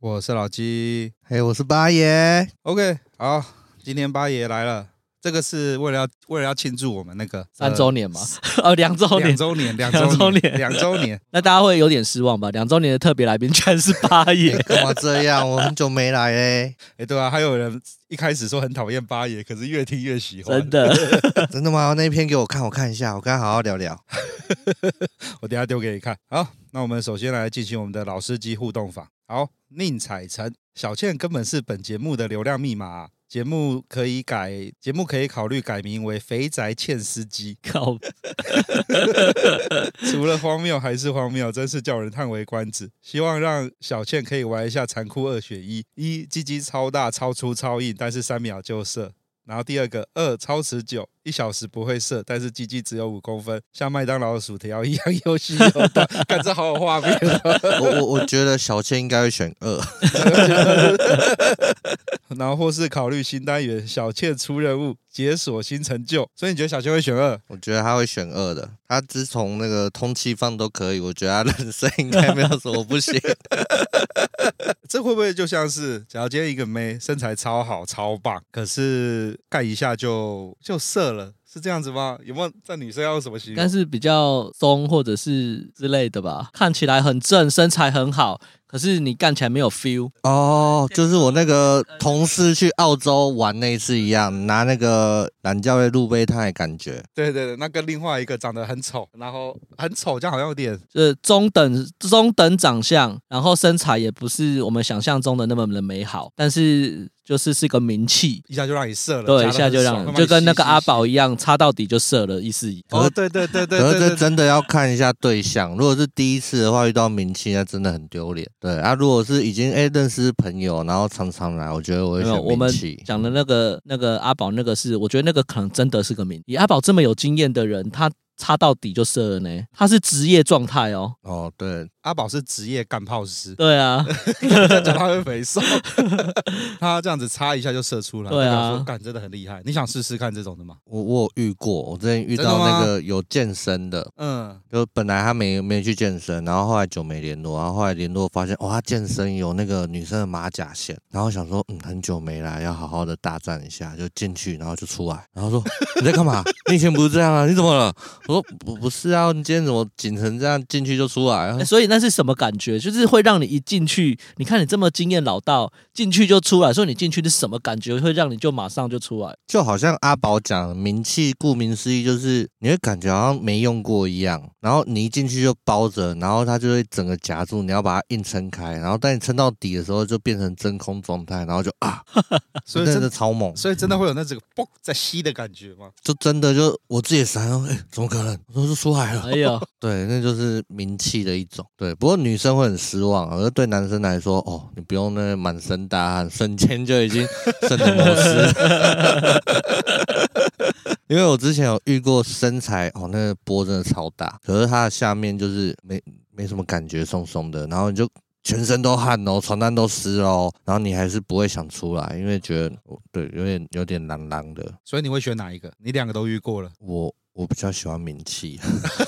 我是老鸡嘿我是八爷， ，OK，好，今天八爷来了，这个是为了要为了要庆祝我们那个三周年嘛， 哦，两周呃两年。周年，两两周周年，年两周年，那大家会有点失望吧？两周年的特别来宾全是八 哎，爷干嘛这样？我很久没来嘞，哎，对啊，还有人一开始说很讨厌八爷，可是越听越喜欢。真，的。 真的吗？那一篇给我看，我看一下，我跟他好好聊聊。我等一下丢给你看。好，那我们首先来进行我们的老司机互动法。好，宁采臣，小倩根本是本节目的流量密码啊、节目可以改，节目可以考虑改名为“肥宅欠司机 靠，”，除了荒谬还是荒谬，真是叫人叹为观止。希望让小倩可以玩一下残酷二选一：一，鸡鸡超大、超粗、超硬，但是三秒就射；然后第二个，二超持久，一小时不会射，但是鸡鸡只有五公分，像麦当劳的薯条一样又细又 大。感这好有画面哦、我我我觉得小倩应该会选二， 然后或是考虑新单元小倩出任务，解锁新成就。所以你觉得小倩会选二？我觉得她会选二的。她自从那个通气放都可以，我觉得她人生应该没有什么不行。这会不会就像是，假如今天一个妹身材超好超棒，可是干一下就就射了，是这样子吗？有没有在女生要有什么形但容？是比较松或者是之类的吧，看起来很正，身材很好，可是你干起来没有 feel，哦，就是我那个同事去澳洲玩那一次一样，拿那个懒教的路杯炭的感觉。对对对，那跟另外一个长得很丑，然后很丑，这样好像有点就是中等中等长相，然后身材也不是我们想象中的那么的美好，但是就是是个名气，一下就让你射了，夹对，得一下就很爽让慢慢就跟那吸个阿吸宝吸一样，插到底就射了，意思一样。哦，对对对对对可是这对对，真的要看一下对象，如果是第一次的话，遇到明星那真的很丢脸。对啊，如果是已经哎、认识朋友，然后常常来，我觉得我会没有，我选名们气。讲嗯的那个那个阿宝那个是，我觉得那个可能真的是个名。以阿宝这么有经验的人，他插到底就射了呢，他是职业状态哦。哦，对，阿宝是职业干炮师，对啊，再讲他会肥瘦， 他这样子擦一下就射出来，对代啊表说干真的很厉害。你想试试看这种的吗？我我有遇过，我之前遇真的到吗那个有健身的，嗯，就本来他没没去健身，然后后来久没联络，然后后来联络发现，哇、他健身有那个女生的马甲线，然后想说，嗯，很久没来，要好好的大战一下，就进去，然后就出来，然 后说你在干嘛？你以前不是这样啊？你怎么了？我说不不是啊，你今天怎么紧成这样，进去就出来？然后欸所以那是什么感觉？就是会让你一进去，你看你这么经验老道，进去就出来，所以你进去是什么感觉？会让你就马上就出来？就好像阿宝讲，名气顾名思义就是你会感觉好像没用过一样，然后你一进去就包着，然后它就会整个夹住，你要把它硬撑开，然后当你撑到底的时候就变成真空状态，然后就啊，所以真真的，的超猛，所以真的会有那种嘣在吸的感觉吗？就真的就我自己也闪，哎、怎么可能？我说是出来了，哎呦，对，那就是名气的一种，对。不过女生会很失望，而对男生来说，哦，你不用那满身大汗，瞬间就已经圣人模式。 因为我之前有遇过身材哦，那个波真的超大，可是它的下面就是没没什么感觉，松松的，然后你就全身都汗哦，床单都湿哦，然后你还是不会想出来，因为觉得哦对有点有点狼狼的。所以你会选哪一个？你两个都遇过 了，我我比较喜欢名气，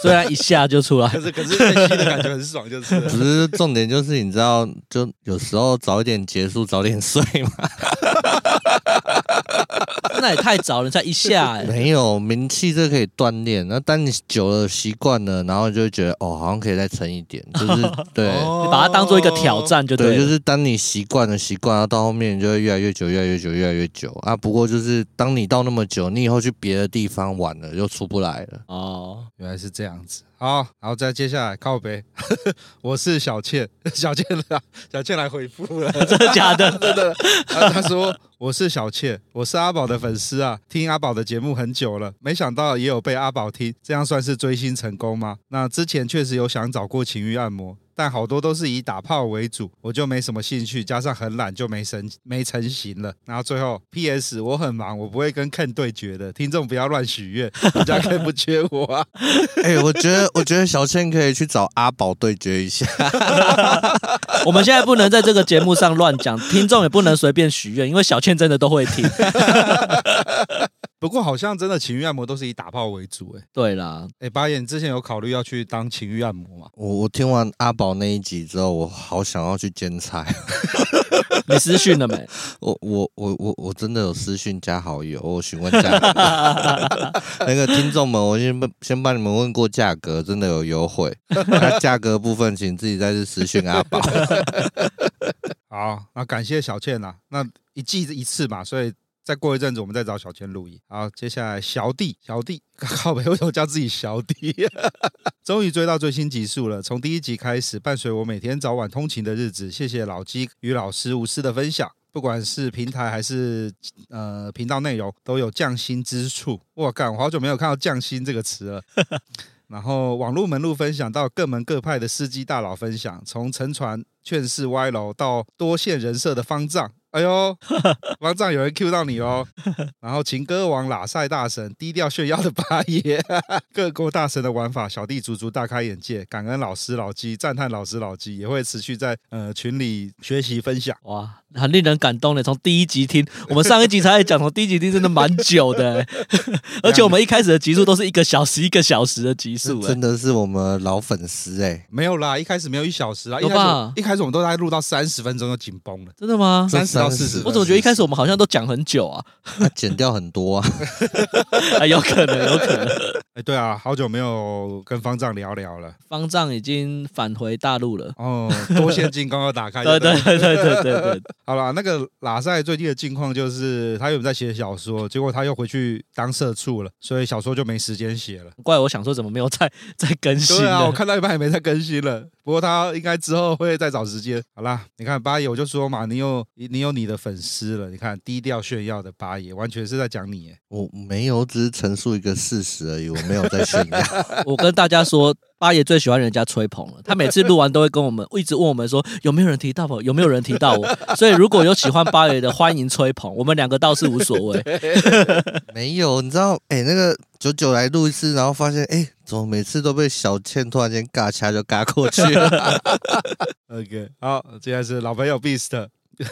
虽然一下就出来可，是可是被吸的感觉很爽，就是了 不是重点就是你知道，就有时候早一点结束，早点睡嘛。那也太早了，才一下、欸。没有名气这可以锻炼，那当你久了习惯了，然后就会觉得哦，好像可以再撑一点，就是 对。你把它当做一个哦挑。战就哦对，了，就是当你习惯了，习惯了到后面，你就会越来越久，越来越久，越来越久啊。不过就是当你到那么久，你以后去别的地方玩了，又出不来了。哦，原来是这样子，好，然后再接下来靠北， 我是小倩，小倩来，小倩来回复了，真的假的？真的。啊他他说我是小倩，我是阿宝的粉丝啊，听阿宝的节目很久了，没想到也有被阿宝听，这样算是追星成功吗？那之前确实有想找过情欲按摩。但好多都是以打炮为主，我就没什么兴趣，加上很懒，就没成没成型了。然后最后 P.S. 我很忙，我不会跟 Ken 对决的，听众不要乱许愿，人家 Ken 不缺我啊。 哎、我觉得，我觉得小倩可以去找阿宝对决一下。我们现在不能在这个节目上乱讲，听众也不能随便许愿，因为小倩真的都会听。不过好像真的情欲按摩都是以打炮为主、欸，哎对啦，哎，八爷，你之前有考虑要去当情欲按摩吗？ 我我听完阿宝那一集之后，我好想要去兼差。你私讯了没？我哦我我我我真的有私讯加好友，我询问价格。那个听众们，我先帮先帮你们问过价格，真的有优惠。那价格部分，请自己再去私讯阿宝。好，那感谢小倩啦。那一季一次嘛，所以再过一阵子我们再找小倩录音。好，接下来小弟，小弟， 靠北，为什么叫自己小弟？ 终于追到最新集数了，从第一集开始，伴随我每天早晚通勤的日子。谢谢老鸡与老师无私的分享。不管是平台还是呃频道内容，都有匠心之处。我干，我好久没有看到“匠心”这个词了。然后网路门路分享到各门各派的司机大佬分享，从沉船、劝世歪楼到多线人设的方丈。哎 呦，方丈有人 Q 到你哦。然后情歌王拉塞大神低调炫耀的八爷， 各国大神的玩法，小弟足足大开眼界。感恩老师老鸡，赞叹老师老鸡，也会持续在呃群里学习分享。哇，很令人感动的。从第一集听，我们上一集才在讲，从第一集听真的蛮久的 欸，而且我们一开始的集数都是一个小时一个小时的集数，哎真，的是我们老粉丝哎、没有啦，一开始没有一小时啦，啊一有开始吧我一开始我们都在录到三十分钟就紧绷了。真的吗？这30到40啊我怎么觉得一开始我们好像都讲很久啊？他剪掉很多啊？啊，有可能，有可能，哎，对啊，好久没有跟方丈聊聊了。方丈已经返回大陆了。哦，多线进攻要打开。 对不对对对对对对，好啦，那个拉塞最近的近况就是，他有在写小说，结果他又回去当社畜了，所以小说就没时间写了。怪我想说怎么没有再再更新对啊，呢我看到一半也没再更新了。不过他应该之后会再找时间。好啦，你看八爷，我就说嘛，你有你有你的粉丝了。你看低调炫耀的八爷，完全是在讲你耶。我没有，只是陈述一个事实而已，我没有在炫耀。我跟大家说，八爷最喜欢人家吹捧了。他每次录完都会跟我们一直问我们说有没有人提到我，有没有人提到我。所以如果有喜欢八爷的，欢迎吹捧，我们两个倒是无所谓。没有，你知道，哎、那个九九来录一次，然后发现，哎、怎么每次都被小倩突然间尬掐就尬过去了？ OK，好，接下来是老朋友 Beast，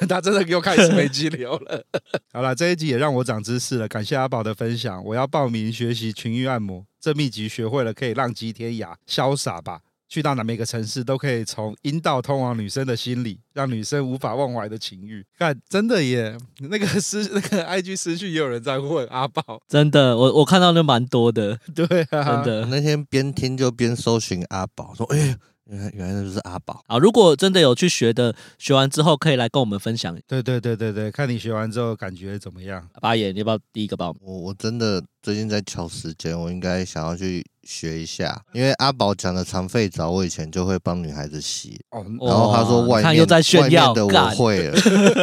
他 真的给我开始没激流了。 好了，这一集也让我长知识了，感谢阿宝的分享。我要报名学习群欲按摩，这秘籍学会了可以浪迹天涯，潇洒吧。去到哪每个城市都可以从阴道通往女生的心里，让女生无法忘怀的情欲。看，真的耶！那个私 那个 IG 私讯也有人在问阿宝，真的，我我看到那蛮多的，对真啊，我的。那天边听就边搜寻阿宝，说，哎、原来原来那就是阿宝。啊，如果真的有去学的，学完之后可以来跟我们分享。对对对对对，看你学完之后感觉怎么样？八爷，你要不要第一个帮我们？我我真的最近在瞧时间，我应该想要去学一下，因为阿宝讲的长肺澡，我以前就会帮女孩子洗，哦，哦然后他说外你看面又在炫耀外面的我干会 了，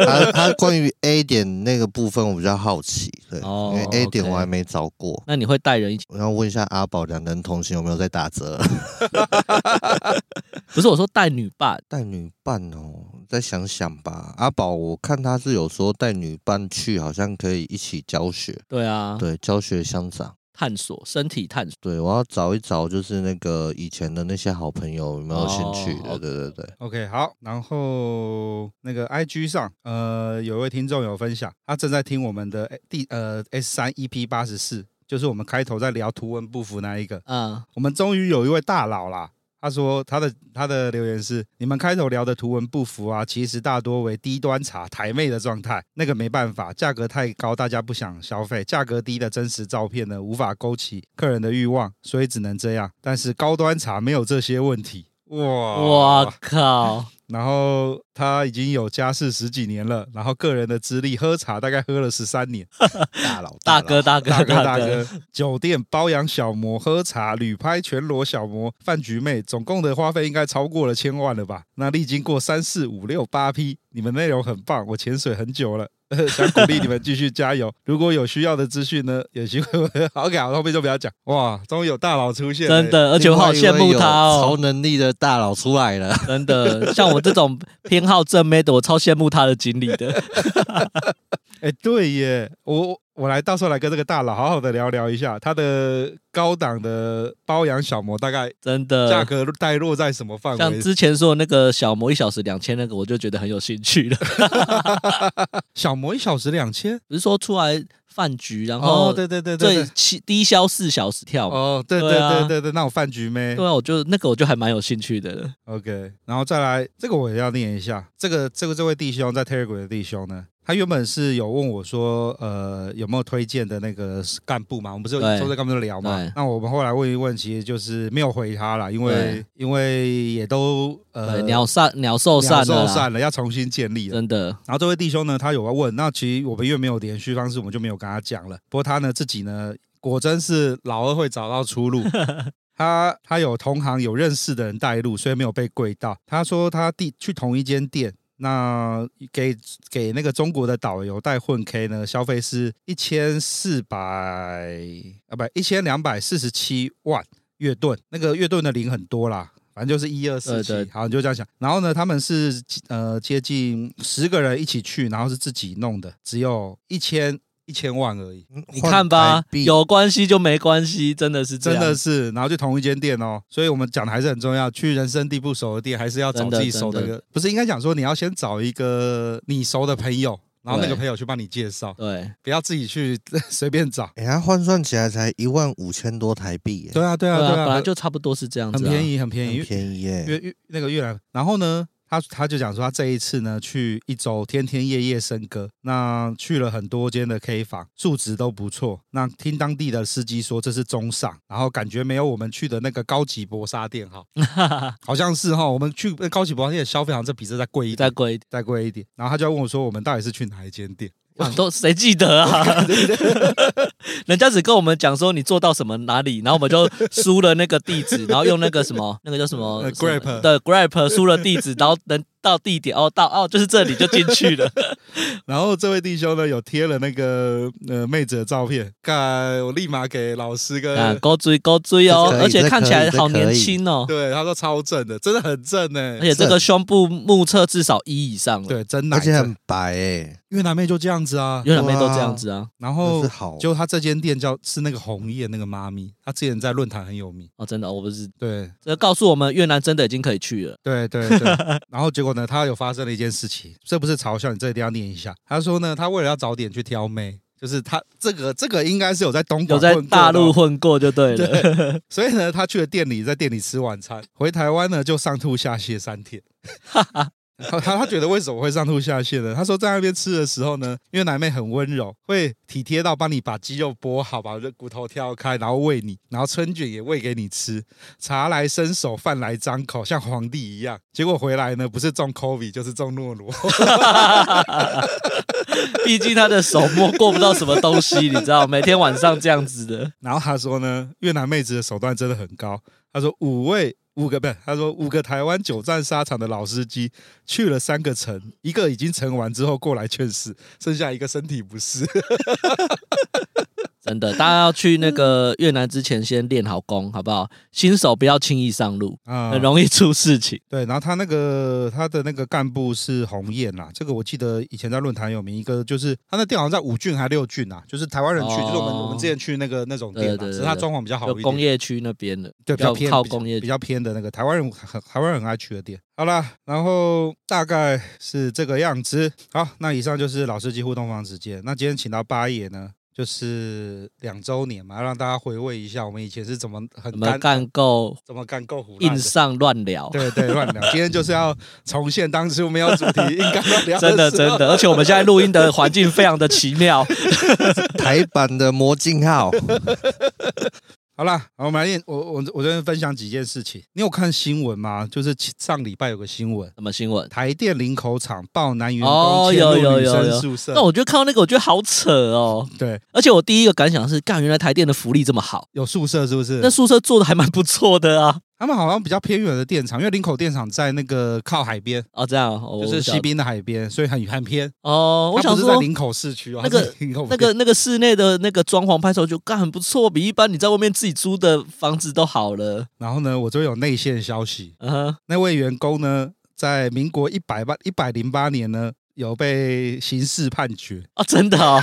他他关于 A 点那个部分我比较好奇，对，哦因为 A 点 OK 我还没找过。那你会带人一起？我要问一下阿宝，两人同行有没有在打折？不是我说带女伴，带女伴哦，再想想吧。阿宝，我看他是有说带女伴去，好像可以一起教学，对啊，对，教学相长。探索身体探索。对，我要找一找，就是那个以前的那些好朋友有没有兴趣的？哦对对对， OK，好，然后那个 IG 上，呃，有一位听众有分享，他正在听我们的第呃 S 三 EP 八十四，就是我们开头在聊图文不符那一个，嗯，我们终于有一位大佬啦。他说他的他的留言是：你们开头聊的图文不符啊，其实大多为低端茶台妹的状态，那个没办法，价格太高，大家不想消费；价格低的真实照片呢，无法勾起客人的欲望，所以只能这样。但是高端茶没有这些问题。哇我哦靠，然后他已经有家室十几年了，然后个人的资历，喝茶大概喝了十三 年，大佬，大哥大哥大哥大大哥，酒店包养小模，喝茶旅拍全裸小模，饭局妹，总共的花费应该超过了千万了吧？那历经过三四五六八批，你们内容很棒，我潜水很久了。 呃想鼓励你们继续加油。如果有需要的资讯呢，有机会我 OK，好后面就不要讲。哇，终于有大佬出现了，真的，而且我好羡慕他另外一位有哦超，能力的大佬出来了，真的，像我这种偏好正妹的，我超羡慕他的经历的。 哎、对耶，我我来到时候来跟这个大佬好好的聊聊一下，他的高档的包养小模大概真的，价格带落在什么范呃像围？之前说的那个小模一小时两千那个，我就觉得很有兴趣 了。小模一小时两千，不是说出来饭局，然哦，后对对对对最对，七低消四小时跳嘛。哦，对对对啊对对对，那种饭局妹对啊，我就那个我就还蛮有兴趣的。 ，OK，然后再来这个我也要念一下，这个这个这位弟兄在 Telegram 的弟兄呢。他原本是有问我说，呃，有没有推荐的那个干部嘛？我们不是有对周在干部聊嘛对？那我们后来问一问，其实就是没有回他啦，因为对因为也都呃对，鸟散鸟兽散了受啦，散了，要重新建立了。真的然后这位弟兄呢，他有要问，那其实我们因为没有连续方式，我们就没有跟他讲了。不过他呢自己呢，果真是老二会找到出 路。他他有同行有认识的人带路，所以没有被跪到。他说他弟去同一间店，那给给那个中国的导游带混 K 呢，消费是一千四百啊不一千两百四十七万月盾，那个月盾的零很多啦。反正就是一二四七对，对好，你就这样想。然后呢，他们是呃接近十个人一起去，然后是自己弄的，只有一千一千万而已。你看吧，有关系就没关系，真的是这真样的是，然后就同一间店哦，所以我们讲的还是很重要。去人生地不熟的店，还是要找真的自己熟的真的个，不是应该讲说你要先找一个你熟的朋友，然后那个对朋友去帮你介绍，对，不要自己去 随便找。哎，他换算起来才一万五千多台币耶，对啊，对对啊，啊，对本来啊，就差不多是这样子，很便，宜，很便宜很，便宜耶。越越那个越南，然后呢，他他就讲说他这一次呢去一周，天天夜夜笙歌，那去了很多间的 K 房，素质都不错。那听当地的司机说这是中上，然后感觉没有我们去的那个高级博沙店好，好像是哈，我们去高级博沙店消费好像这比这再贵一再点，贵一点，再贵一点。然后他就要问我说，我们到底是去哪一间店？ 哇都谁记得啊？人家只跟我们讲说你做到什么哪里，然后我们就输了那个地址，然后用那个什么那 个叫什么呃什么 Grab 对 Grab 输了地址，然后能到地点哦，到哦就是这里就进去了，然后这位弟兄呢有贴了那个呃妹子的照片，干我立马给老师跟、啊，勾追勾追哦这可，以而且这看起可以来这好可年以轻哦，对他说超正的，真的很正呢、 而且这个胸部目测至少一以上了，对，真奶而且正很白哎，越南妹就这样子啊。越南妹都这哇样子啊，然真后是好，哦就他这间店叫是那个红叶那个妈咪，她之前在论坛很有名。哦，真的、哦、我不是，对这告诉我们越南真的已经可以去了，对对 对。然后结果呢，他有发生了一件事情，这不是嘲笑你，这一定要念一下。他说呢，他为了要早点去挑妹，就是他这个这个应该是有在东莞有在混过的大陆哦，混过就对了， 所以呢，他去了店里，在店里吃晚餐，回台湾呢就上吐下泻三天。 然后他他觉得为什么会上吐下泻呢？他说在那边吃的时候呢，因为奶妹很温柔，会体贴到帮你把鸡肉剥好，把骨头挑开，然后喂你，然后春卷也喂给你吃，茶来伸手，饭来张口，像皇帝一样。结果回来呢，不是中 COVID 就是中诺罗， 毕竟他的手摸过不到什么东西，你知道，每天晚上这样子的，然后他说呢，越南妹子的手段真的很高。他说五位五个不是，他说五个台湾久战沙场的老司机去了三个城，一个已经城完之后过来劝世，剩下一个身体不 适。真的，大家要去那个越南之前先练好功，好不好？新手不要轻易上路，啊很容易出 事情。对，然后他那个他的那个干部是鸿雁啦，这个我记得以前在论坛有名一个，就是他那店好像在五郡还六郡啊，就是台湾人去，就是我们哦我们之前去那个那种店对啦，对对只是他装潢比较好就一点，工业区那边的，对，比较比较偏靠比较工业比较偏的那个台湾人很台湾人很爱去的店。好啦，然后大概是这个样子。好，那以上就是老司机互动方时间。那今天请到八爷呢，就是两周年嘛，让大家回味一下我们以前是怎么很我干们干够怎么干够胡乱硬的。上乱聊，对对，乱聊。今天就是要重现当初没有主 题硬干乱聊真的时真候的，而且我们现在录音的环境非常的奇妙， 台版的魔镜号，好啦，好我们来念，我我我这边分享几件事情。你有看新闻吗？就是上礼拜有个新闻，什么新闻？台电林口厂爆男员哦工有潜入有女有生有宿舍，那我就看到那个，我觉得好扯哦。对，而且我第一个感想是，干，原来台电的福利这么好，有宿舍是不是那？宿舍做的还蛮不错的啊。他们好像比较偏远的电厂，因为林口电厂在那个靠海边，哦，这样哦，我就是不晓西得滨的海边，所以很很偏。哦，我它想不是在说。林口市区哦，那个它是林口那个那个室内的那个装潢拍手就干很不错，比一般你在外面自己租的房子都好了。然后呢，我就有内线消息，嗯哼，那位员工呢，在民国一百八一百零八年呢，有被刑事判决，啊，真 的哦，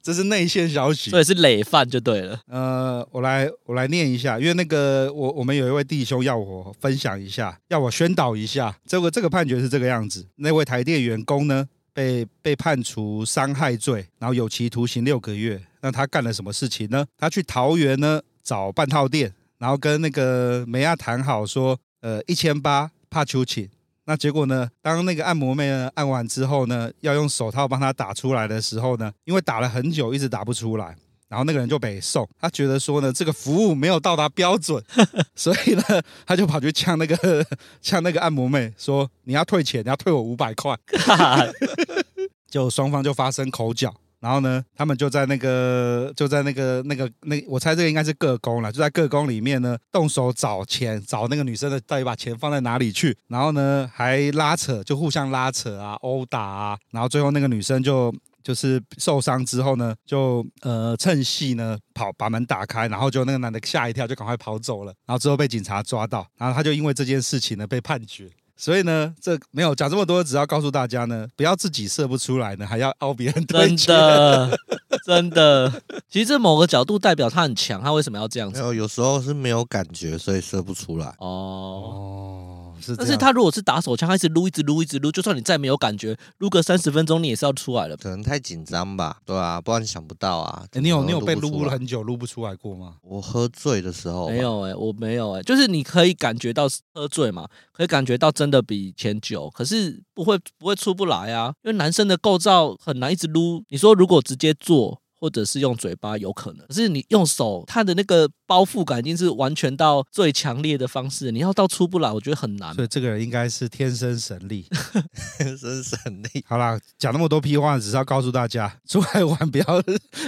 这是内线消息所。以是累犯就对了。呃，我来我来念一下，因为那个我我们有一位弟兄要我分享一下，要我宣导一下。这个这个判决是这个样子，那位台电员工呢被被判处伤害罪，然后有期徒刑六个月。那他干了什么事情呢？他去桃园呢找半套店，然后跟那个梅亚谈好说，呃，一千八怕求请。那结果呢？当那个按摩妹呢按完之后呢，要用手套帮她打出来的时候呢，因为打了很久，一直打不出来。然后那个人就被送，他觉得说呢，这个服务没有到达标准，所以呢，他就跑去呛那个 呛那个按摩妹说：“你要退钱，你要退我五百块。哈”就双方就发生口角，然后呢，他们就在那个就在那个那个那，我猜这个应该是个工了，就在个工里面呢，动手找钱，找那个女生的到底把钱放在哪里去，然后呢还拉扯，就互相拉扯啊，殴打啊，然后最后那个女生就就是受伤之后呢，就呃趁戏呢跑把门打开，然后就那个男的吓一跳，就赶快跑走了，然后之后被警察抓到，然后他就因为这件事情呢被判决。所以呢，这没有讲这么多，只要告诉大家呢，不要自己射不出来呢，还要凹别人 对真决。的，真的。其实这某个角度代表他很强，他为什么要这样没子？有，有时候是没有感觉，所以射不出来。哦。哦，是这但样，是他如果是打手枪，他一直撸，一直撸，一直撸，就算你再没有感觉，撸个三十分钟，你也是要出来了吧。可能太紧张吧，对啊，不然想不到啊。诶哎你有你有被撸撸了？很久撸不出来过吗？我喝醉的时候吧没， 有哎、我没有哎、就是你可以感觉到喝醉嘛，可以感觉到真的比以前久，可是不会不会出不来啊，因为男生的构造很难一直撸。你说如果直接做，或者是用嘴巴有可能，可是你用手，它的那个包覆感已经是完全到最强烈的方式，你要到出不来，我觉得很难所。以这个人应该是天生神力。 天生神力。好啦，讲那么多屁话，只是要告诉大家， 出来玩不要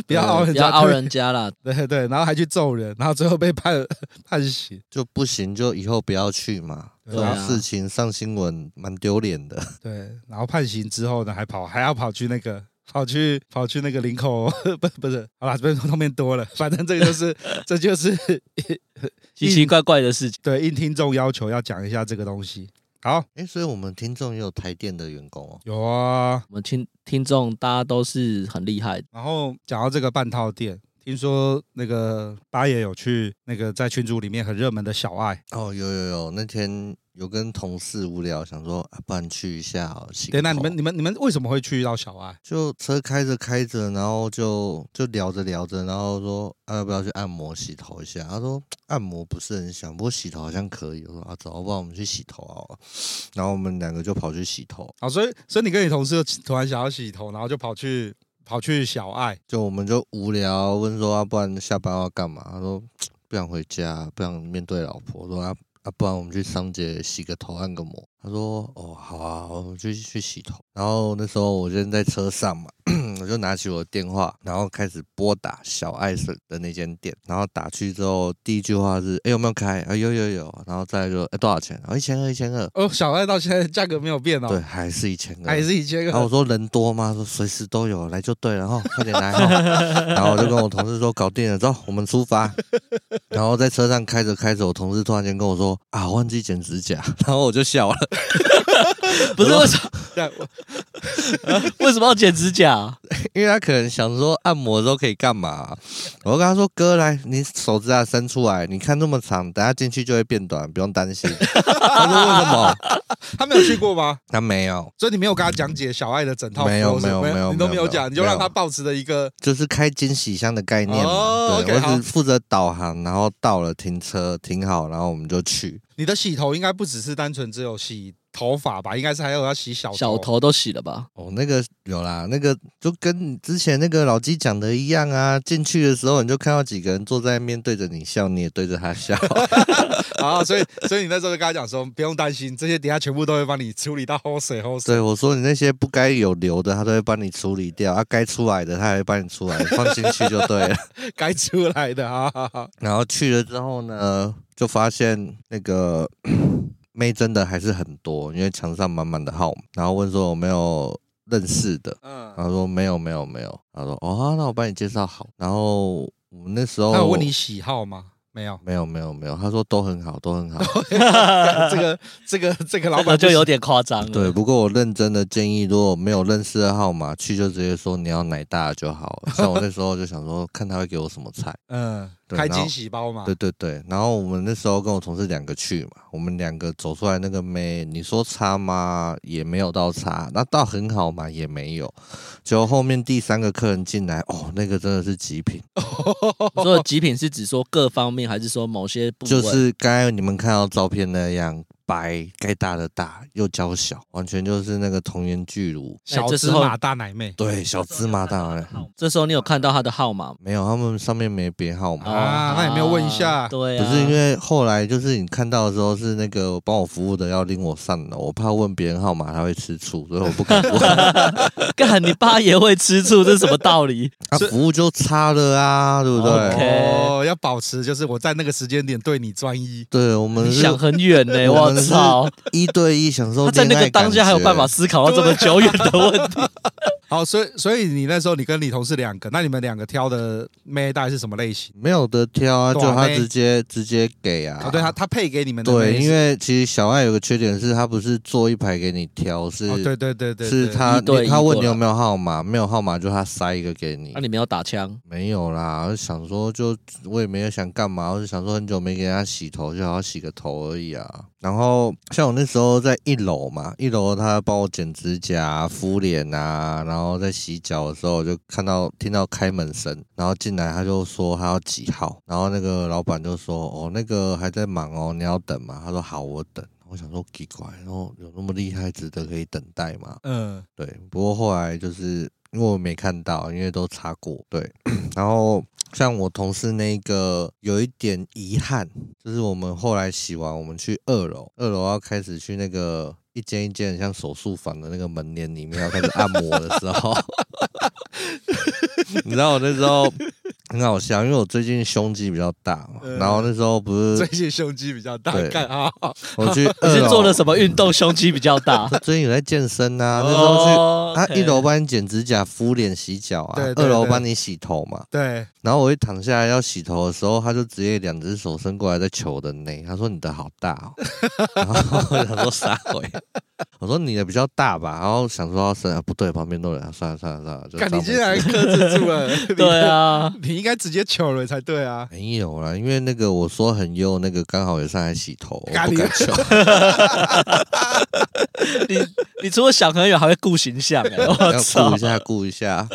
不要凹人不要家，凹人家啦， 对，对对，然后还去揍人，然后最后被判 判刑。就不行，就以后不要去嘛。这对种啊事情上新闻蛮丢脸的。 对，然后判刑之后呢，还跑还要跑去那个。跑去跑去那个林口， 不不是，好啦，这边后面多了， 反正这个就是这就是奇奇怪怪的事情。对应听众要求要讲一下这个东西。好，哎、所以我们听众也有台电的员工哦。有啊，我们听听众大家都是很厉害的，然后讲到这个半套店，听说那个八爷有去那个在群组里面很热门的小爱，哦，有有有，那天有跟同事无聊，想说啊，不然去一下哦、行对，那头你们你们你们为什么会去到小爱？就车开着开着，然后就就聊着聊着，然后说、啊、要不要去按摩洗头一下？他说按摩不是很想，不过洗头好像可以。我说啊，走，要不然我们去洗头好了。然后我们两个就跑去洗头，啊，所以所以你跟你同事就突然想要洗头，然后就跑去跑去小爱，就我们就无聊，问说啊，不然下班要干嘛？他说不想回家，啊不想面对老婆。我说啊啊，不然我们去桑杰洗个头，按个摩。他说哦，好啊，我们就去洗头。然后那时候我就在车上嘛， 我就拿起我的电话，然后开始拨打小爱神的那间店。然后打去之后，第一句话是哎、有没有开？啊有有有。然后再来就哎、多少钱？啊一千二一千二。哦，小爱到现在价格没有变对，哦，还是一千二，还是以前 然后我个。说人多吗？他说随时都有，来就对 了哈，快点来哈。然后我就跟我同事说搞定了，走，我们出 发。然后在车上开着开着，我同事突然间跟我说啊，忘记剪指甲， 然后我就笑了。不是为什么对我为什么要剪指甲啊、因为他可能想说按摩的时候可以干嘛、我就跟他说：“哥，来，你手指甲伸出来，你看那么长，等下进去就会变短，不用担心。” 他说：“为什么他没有去过吗？？”他没有，所以你没有跟他讲解小爱的整套 flow 是，没有没有没有你都没没有有讲，你就没有让他保持的一个就是开惊喜箱的概念嘛。哦对 OK，我好只负责导航，然后到了停车停好，然后我们就去。你的洗头应该不只是单纯只有洗头发吧，应该是还有要洗小小头都洗了吧？ 哦，那个有啦，那个就跟你之前那个老鸡讲的一样啊。进去的时候，你就看到几个人坐在面对着你笑，你也对着他笑。 啊，所以所以你那时候就跟他讲说，不用担心，这些等下全部都会帮你处理到齁水齁水。对我说，你那些不该有留的，他都会帮你处理掉；啊，该出来的，他还会帮你出来，放进去就对了。 该出来的啊，哈哈哈然后去了之后呢，就发现那个 妹真的还是很多，因为墙上满满的号码。然后问说有没有认识的，嗯，他说没有没有没有。他说哦，好那我帮你介绍好。然后我们那时候，那我问你喜好吗？没有 没有没有没有，他说都很好， 都很好。这个这个这个老这个板 就有点点夸张了。对，不过我认真的建议，如果没有认识的号码，去就直接说你要奶大就好了。像我那时候就想说，看他会给我什么 菜。嗯，对开然后惊喜包嘛对，对对，然后我们那时候跟我同事两个去嘛，我们两个走出来那个妹，你说差吗？也没有到差，那到很好嘛，也没有。结果后面第三个客人进来，哦，那个真的是极品，你说的极品是指说各方面，还是说某些部位？就是刚才你们看到照片那样。白该大的大，又娇小，完全就是那个童颜巨乳。小这芝时候麻大奶妹对，小芝麻大人。这时候你有看到他的号码吗？没有，他们上面没别号码，啊那也没有问一下哦对不啊，是因为 后来就是你看到的时候是那个帮我服务的要拎我上楼，我怕问别人号码他会吃醋，所以我不 敢问。 干你爸也会吃醋，这是什么道理？啊，服务就差了啊，对不对 OK 哦，要保持就是我在那个时间点对你专一，对， 我们你是想很远呢、我操！ 一对一享受他在那恋个爱感当下还有觉啊办法思考到这么久远的问 题。好，所以所以你那时候你跟你同事两个，那你们两个挑的妹大概是什么类型？没有得挑啊，就短他妹直接直接给啊。啊，哦对他他配给你们的妹对，是因为其实小爱有个缺点是，他不是坐一排给你挑，是哦，对对对对，是对他一对一他问过你有来没有号码，没有号码就他塞一个给你啊那、。你们要打枪？没有啦，我想说就我也没有想干嘛，我就想说很久没给人家洗头，就好好洗个头而已啊。然后像我那时候在一楼嘛，一楼他帮我剪指甲啊、敷脸啊，然后在洗脚的时候，我就看到听到开门声，然后进来他就说他要几号，然后那个老板就说哦那个还在忙哦，你要等嘛？他说好，我等。我想说奇怪，然后有那么厉害，值得可以等待吗？嗯，对，不过后来就是因为我没看到，因为都查过。对， 然后像我同事那个有一点遗憾，就是我们后来洗完，我们去二楼，二楼要开始去那个。一间一间很像手术房的那个门帘里面要开始按摩的时候， 你知道我那时候很好笑，因为我最近胸肌比较大嘛，嗯然后那时候不最是近胸肌比较大，对看啊，我去 你二是楼，做了什么运动，胸肌比较 大？最近有在健身啊，那时候去哦他 OK 一楼帮你剪指甲、敷脸、洗脚啊对，对二楼对帮你洗头嘛。对，然后我一躺下来要洗头的时候，他就直接两只手伸过来在求我的内，他说你的好大 哦，然后我想说啥鬼？我说你的比较大吧，然后想说要伸、啊，不对，旁边都有人，算了算了算了，就看当你没竟事然克制住 了，你对，啊， 你应该直接求了才对啊，没有啦，因为那个我说很优，那个刚好也上来洗头，我干不你敢 ，求。你你除了想很远，还会顾形象哎、我 要操顾一！下，顾一下。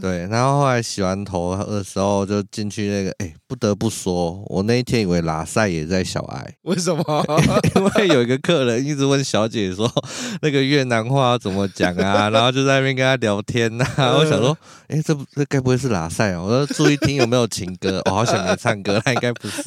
对，然后后来洗完头的时候就进去那个，哎、不得不说，我那一天以为拉塞也在小 爱为什么？ 因为有一个客人一直问小姐说 那个越南话要怎么讲 啊，然后就在那边跟她聊天呐、嗯我想说，哎、这不这该不会是拉塞哦？我说注意听有没有情歌， 我、好想没唱歌，那应该不 是。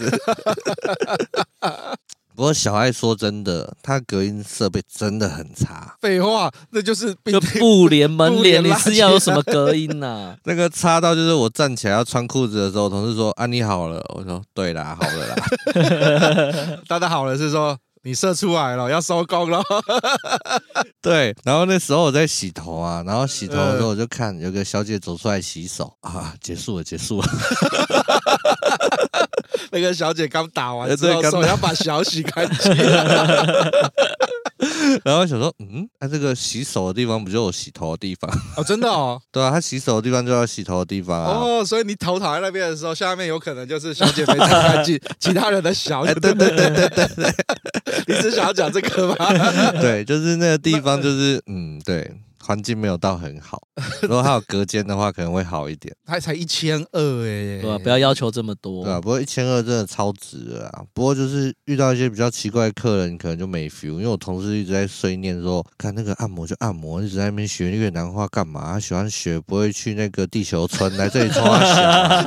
不过小爱说真的，她隔音设备真的很差。废话，那就是就布帘门布帘，帘你拉是起要有来什么隔音 呐、那个差到就是我站起来要穿裤子的时候，同事说：“啊，你好了。”我说：“对啦，好了啦。 大家好了，是说你射出来了，要收工了，” 对，然后那时候我在洗头啊，然后洗头的时候我就看有个小姐走出来洗手啊，结束了，结束了。 那个小姐刚打完哎之后对刚手打要把小洗干净，然后想说，嗯，那、这个洗手的地方不就有洗头的地方？ 哦，真的哦，对啊，她洗手的地方就要洗头的地方啊。哦，所以你头躺在那边的时候，下面有可能就是小姐没擦干 净，其他人的小，哎，对对对对对 你只想要讲这个吗？ 对，就是那个地方，就是嗯，对。环境没有到很好。如果它有隔间的话，可能会好一点，它才一千二哎，对啊吧、不要要求这么多。对啊，不过一千二真的超值了啊！不过就是遇到一些比较奇怪的客人，可能就没 feel。因为我同事一直在碎念说，看那个按摩就按摩，一直在那边学越南话干嘛？他喜欢学，不会去那个地球村来这里冲他小啊。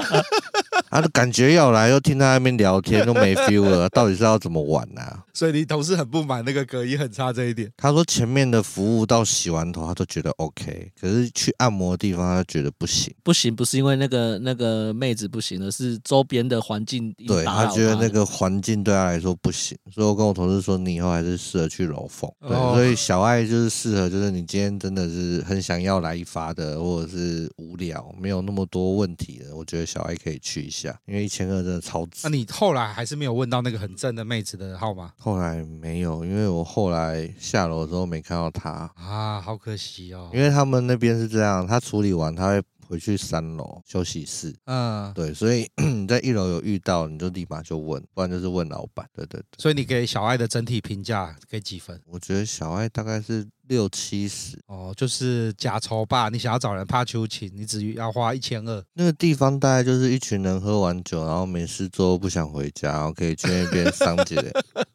啊，感觉要来，又听他在那边聊天，都没 feel 了，到底是要怎么玩啊？所以你同事很不满那个隔音很差这一点。他说前面的服务到洗完头他都觉得 OK，可是去按摩的地方他觉得不行，不行，不是因为那个那个妹子不行了，是周边的环境一直对打他扰觉得那了个环境对他来说不行，所以我跟我同事说你以后还是适合去楼缝，对，哦所以小爱就是适合，就是你今天真的是很想要来一发的，或者是无聊没有那么多问题的，我觉得小爱可以去一下，因为一千二真的超值。啊那、你后来还是没有问到那个很正的妹子的号码后来没有，因为我后来下楼的时候没看到他，啊？好可惜哦。因为他们那边是这样，他处理完他会回去三楼休息室。嗯，对，所以 你在一楼有遇到，你就立马就问，不然就是问老板。对对对，所以你给小爱的整体评价给几分？我觉得小爱大概是六七十，哦，就是假愁吧，你想要找人怕秋情，你只要花一千二。那个地方大概就是一群人喝完酒，然后没事做，不想回家，然后可以去那边桑 姐。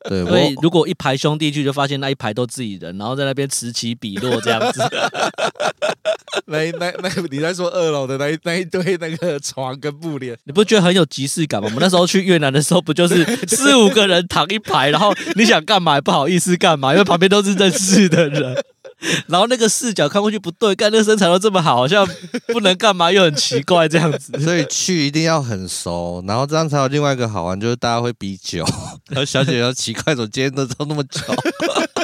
对，所以我。如果一排兄弟去，就发现那一排都自己人，然后在那边此起彼落这样子。 那一那那你在说二楼的那一那一堆那个床跟布帘，你不觉得很有即视感吗？我们那时候去越南的时候，不就是四五个人躺一排，然后你想干嘛也不好意思干嘛，因为旁边都是认识的人， 然后那个视角看过去不对，干那个身材都这么好，好像不能干嘛又很奇怪这样子所以去一定要很熟，然后这样才有另外一个好玩，就是大家会比酒， 然后小姐要奇怪，怎么今天都都那么久？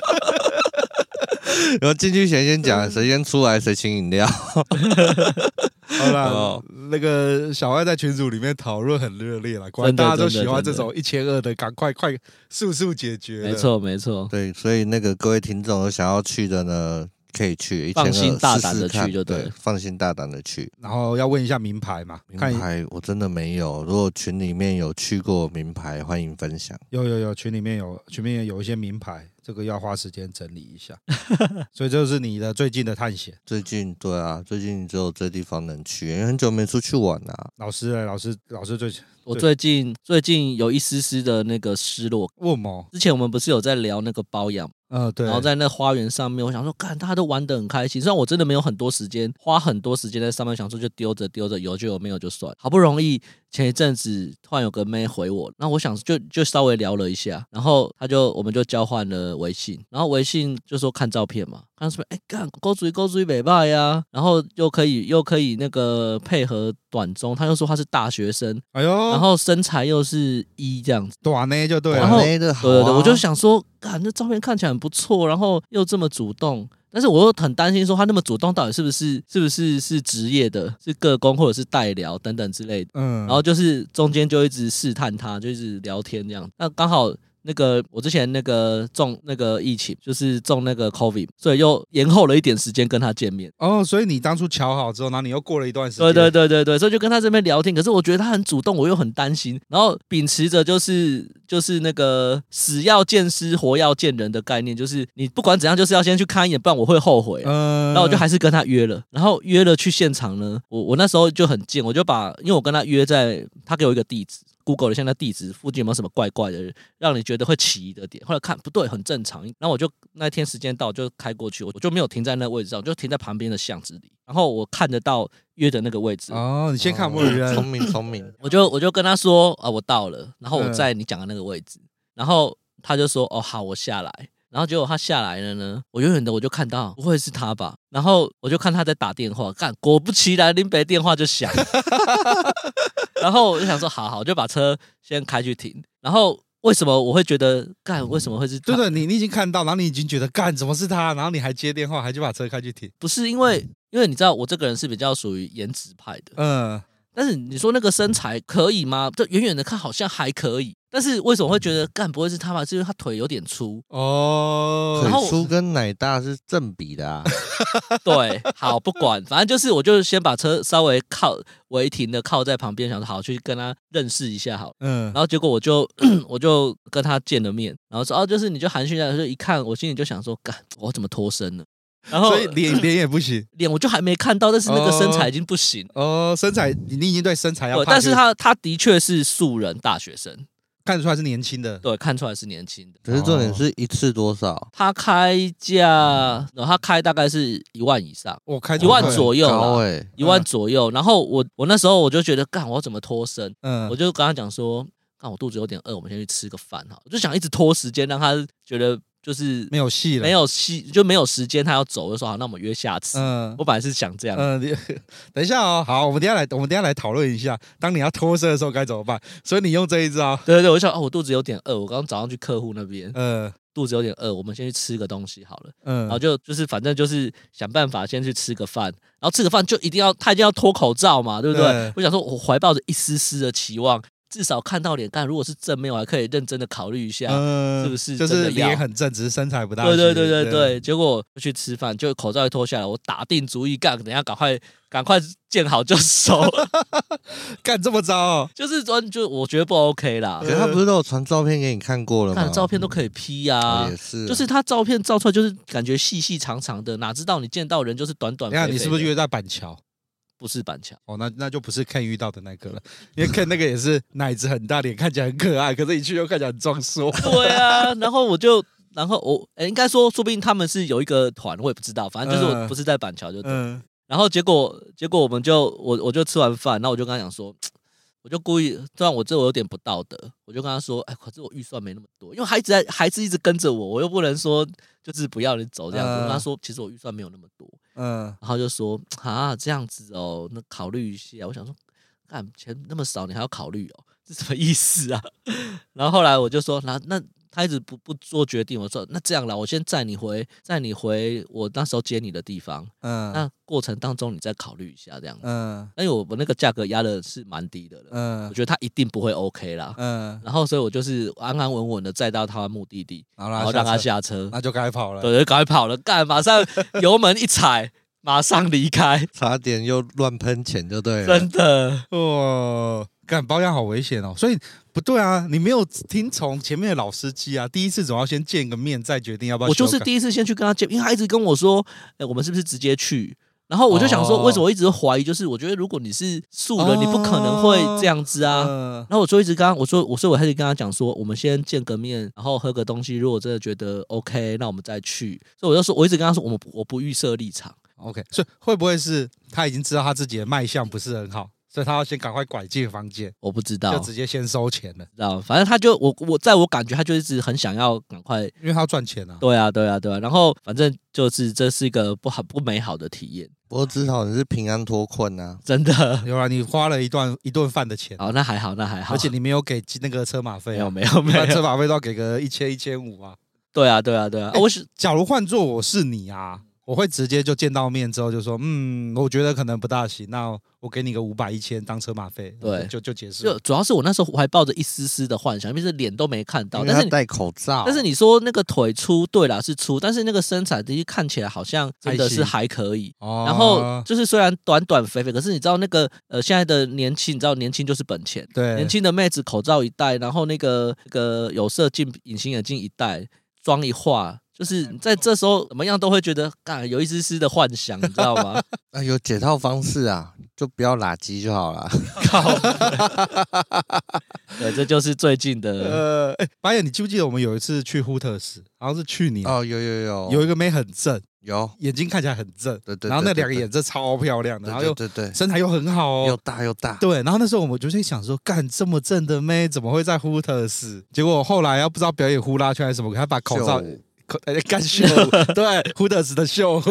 然后进去前先讲谁先出来谁请饮 料，好啦，哦那个小爱在群组里面讨论很热烈了，果然真的大家都真喜的欢这真的种一千二的，赶快快速速解决。没，错，没错，对，所以那个各位听众有想要去的呢，可以去，放心1200大胆地试试看去就对对，放心大胆的去。然后要问一下名牌嘛，名看牌我真的没有，如果群里面有去过名牌，欢迎分享。有有有，群里面有群里面有一些名牌，这个要花时间整理一下。 所以这就是你的最近的探险。最近对啊，最近只有这地方能去，因为很久没出去玩啦、老师嘞，老师老师最我最近最近有一丝丝的那个失落。问毛，之前我们不是有在聊那个包养，呃对，然后在那花园上面，我想说，看大家都玩得很开心。虽然我真的没有很多时间，花很多时间在上面，想说就丢着丢着，有就有，没有就算。好不容易前一阵子突然有个妹回我，那我想就就稍微聊了一下，然后他就我们就交换了微信，然后微信就说看照片嘛，看什么哎干勾追勾追美拜呀，啊然后又可以又可以那个配合短中，他又说他是大学生，哎呦，嗯然后身材又是一这样子。短呢就对了，然后那的好、啊，对对对，我就想说，看这照片看起来很不错，然后又这么主动，但是我又很担心说他那么主动到底是不是是不是是职业的，是个工或者是代聊等等之类的。嗯，然后就是中间就一直试探他，就一直聊天这样。那刚好那个我之前那个中那个疫情，就是中那个 COVID，所以又延后了一点时间跟他见面。哦，所以你当初瞧好之后，然后你又过了一段时间，对对对对对，所以就跟他这边聊天，可是我觉得他很主动，我又很担心，然后秉持着就是就是那个死要见尸，活要见人的概念，就是你不管怎样，就是要先去看一眼，不然我会后悔。啊嗯，然后我就还是跟他约了，然后约了去现场呢，我我那时候就很贱，我就把因为我跟他约在，他给我一个地址，Google 了一下那地址附近有没有什么怪怪的，让你觉得会起疑的点。后来看不对，很正常。然后我就那天时间到，我就开过去，我就没有停在那个位置上，我就停在旁边的巷子里。然后我看得到约的那个位置，哦，你先看有没有聪人，明聪明，我就我就跟他说啊，我到了，然后我嗯在你讲的那个位置，然后他就说哦好，我下来，然后结果他下来了呢，我远远的我就看到不会是他吧，然后我就看他在打电话，干果不其然，林北电话就响了， 然后我就想说好好，我就把车先开去停，然后为什么我会觉得干为什么会是他 对对，你你已经看到，然后你已经觉得干怎么是他，然后你还接电话，还去把车开去 停，不是因为因为你知道我这个人是比较属于颜值派的，嗯，。但是你说那个身材可以吗？这远远的看好像还可以，但是为什么会觉得干不会是他吧？是因为他腿有点粗哦，然后腿粗跟奶大是正比 的啊。对，好不管，反正就是我就先把车稍微靠违停的靠在旁边，想说好去跟他认识一下好了。嗯然，后结果我就 我就啊跟他见了面，然后说哦，就是你就寒暄一下，就一看我心里就想说，干我怎么脱身了？然后所以脸脸也不行脸我就还没看到，但是那个身材已经不行。哦，身材你你已经对身材哦要对，怕但就是，是他他的确是素人大学生，看得出来是年轻的，对，看出来是年轻的。可是重点是一次多少？他开价，然后他开大概是一万以上，我开一万头左右高欸啦，哎，一嗯万左右。然后我我那时候我就觉得，干我要怎么脱身？嗯我，就跟他讲说，干我肚子有点饿，我们先去吃个饭哈。我就想一直拖时间，让他觉得就是没有戏了，没，有戏，就没有时间，他要走，就说好，那我们约下次。嗯我本来是想这样，嗯，你等一下哦，好，我们等一下来，我们等一下来讨论一下，当你要脱身的时候该怎么办。所以你用这一招，对对对，我就想哦，我肚子有点饿，我刚刚早上去客户那边，呃，肚子有点饿，我们先去吃个东西好了。然后嗯，就就是反正就是想办法先去吃个饭，然后吃个饭就一定要他一定要脱口罩嘛，对不对？对我想说，我怀抱着一丝丝的期望，至少看到脸，但如果是正面，我还可以认真的考虑一下。嗯，是不是就真是的要脸很正，只是身材不大行。对对对对对，结果就去吃饭，就口罩一脱下来，我打定主意干，等一下赶快赶快见好就 收，干这么糟哦，就是说就我觉得不 OK 啦呃可，是他不是都有传照片给你看过了吗？看照片都嗯可以 P 呀、哦啊也。是啊，就是他照片照出来，就是感觉细细长长的，哪知道你见到人就是短短你肥肥看的。你是不是约在板桥？不是板桥？哦，那那就不是 Ken 遇到的那个了，因为 Ken 那个也是奶子很大，脸看起来很可爱，可是一去就看起来很壮硕。 对啊，然后我就，然后我，诶应该说，说不定他们是有一个团，我也不知道，反正就是我嗯不是在板桥就对。嗯，然后结果，结果我们就我我就吃完饭，然后我就跟他讲说，我就故意，虽然我这我有点不道德，我就跟他说，哎，可是我预算没那么多，因为孩子在孩子一直跟着我，我又不能说就是不要你走这样子。我跟他嗯说，其实我预算没有那么多，嗯，然后就说啊这样子哦，那考虑一下。我想说，干钱那么少，你还要考虑哦，这什么意思啊？ 然后后来我就说，那那他一直不不做决定。我说那这样啦，我先载你回载你回我那时候接你的地方，嗯，那过程当中你再考虑一下这样子。嗯，因为我我那个价格压的是蛮低的了，我嗯，觉得他一定不会 OK 啦。嗯，然后所以我就是安安稳稳的载到他的目的地，好啦，然后让车，他嗯下车，那就该跑了。对，就赶快跑了，干，马上油门一踩，马上离开。差点又乱喷钱就对啊了。真的，哦，干保养好危险哦，所以不对啊，你没有听从前面的老司机啊，第一次总要先见个面再决定要不要我修就改。是第一次先去跟他见，因为他一直跟我说，哎，我们是不是直接去？然后我就想哦说，为什么我一直怀疑？就是我觉得如果你是素人，你不可能会这样子啊。呃然后我就一直跟他我说，我说我还是跟他讲说，我们先见个面，然后喝个东西。如果真的觉得 OK，那我们再去。所以我就说，我一直跟他说，我们不我不预设立场。 OK，所以会不会是他已经知道他自己的卖相不是很好，所以他要先赶快拐进房间，我不知道，就不直接先收钱了，知道，反正他就我我在我感觉他就一直很想要赶快，因为他要赚钱啊。对啊对啊对啊。然后反正就是这是一个不好不美好的体验，不过至少你是平安脱困啊。真的。有啊，你花了一段一顿饭的钱，好，那还好，那还好。而且你没有给那个车马费、没啊有，没有没不然车有，马费都要给个一千一千五啊。对啊对啊对 啊，哎我是假如换做我是你啊，我会直接就见到面之后就说，嗯，我觉得可能不大行，那我给你个五百一千当车马费，对就就结束就了。主要是我那时候还抱着一丝丝的幻想，因为是脸都没看到，因为啊但他是你戴口罩，但是你说那个腿粗，对啦是粗，但是那个身材的确看起来好像真的还是行还可以。哦然后就是虽然短短肥肥，可是你知道那个呃现在的年轻，你知道年轻就是本钱，对，年轻的妹子口罩一戴，然后那个那个有色镜隐形眼镜一戴，妆一化。 就是在这时候怎么样都会觉得，干有一丝丝的幻想，你知道吗？ 啊有解套方式啊，就不要拉鸡就好了。靠！对，这就是最近的，呃，哎，白眼，你记不记得我们有一次去 Hooters，好像是去年，哦，有有有有一个妹很正，有，眼睛看起来很正，对对对然后那对两个对眼睛超漂亮的，对然后又对对，对身材又很好又哦。大又大，对，然后那时候我们就是想说，干这么正的妹怎么会在 Hooters？结果后来要不知道表演呼啦圈还是什么，给她把口罩就口呃干 秀舞，对，Hooters 的秀舞，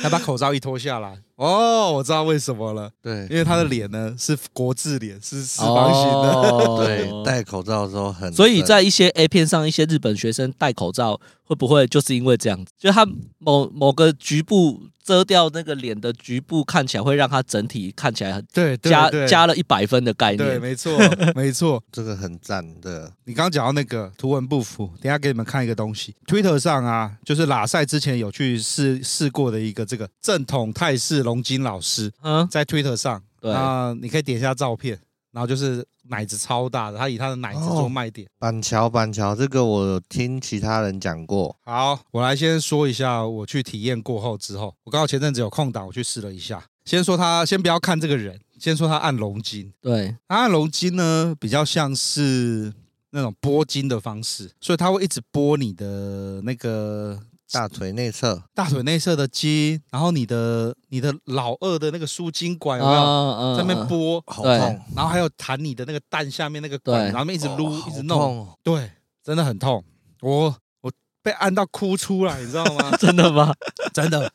他把口罩一脱下来，哦，我知道为什么了，因对为他嗯的脸呢是国字脸，是四脂方形的， 对，戴口罩的时候很正，哦所以在一些 A 片上，一些日本学生戴口罩，会不会就是因为这样子？就他某某个局部遮掉那个脸的局部，看起来会让他整体看起来很对对加对加了一百分的概对，念。没错没错。这个很赞的，你刚刚讲到那个图文不符，等一下给你们看一个东西。Twitter 上啊，就是拉塞之前有去试试过的一个这个正统泰式龙筋老师，嗯，在 Twitter 上，对那你可以点一下照片，然后就是奶子超大的，他以他的奶子哦做卖点。板桥板桥，这个我有听其他人讲过，好，我来先说一下我去体验过后之后，我刚好前阵子有空档，我去试了一下。先说他，先不要看这个人，先说他按龙筋。对，他按龙筋呢，比较像是那种拨筋的方式，所以他会一直拨你的那个大腿内侧，大腿内侧的筋，然后你的你的老二的那个输精管有没有、啊在那边嗯拨？好对痛，然后还有弹你的那个蛋下面那个管，对然后那边一直撸、哦一直好弄，痛哦对，真的很痛，我我被按到哭出来，你知道吗？真的 吗？真的，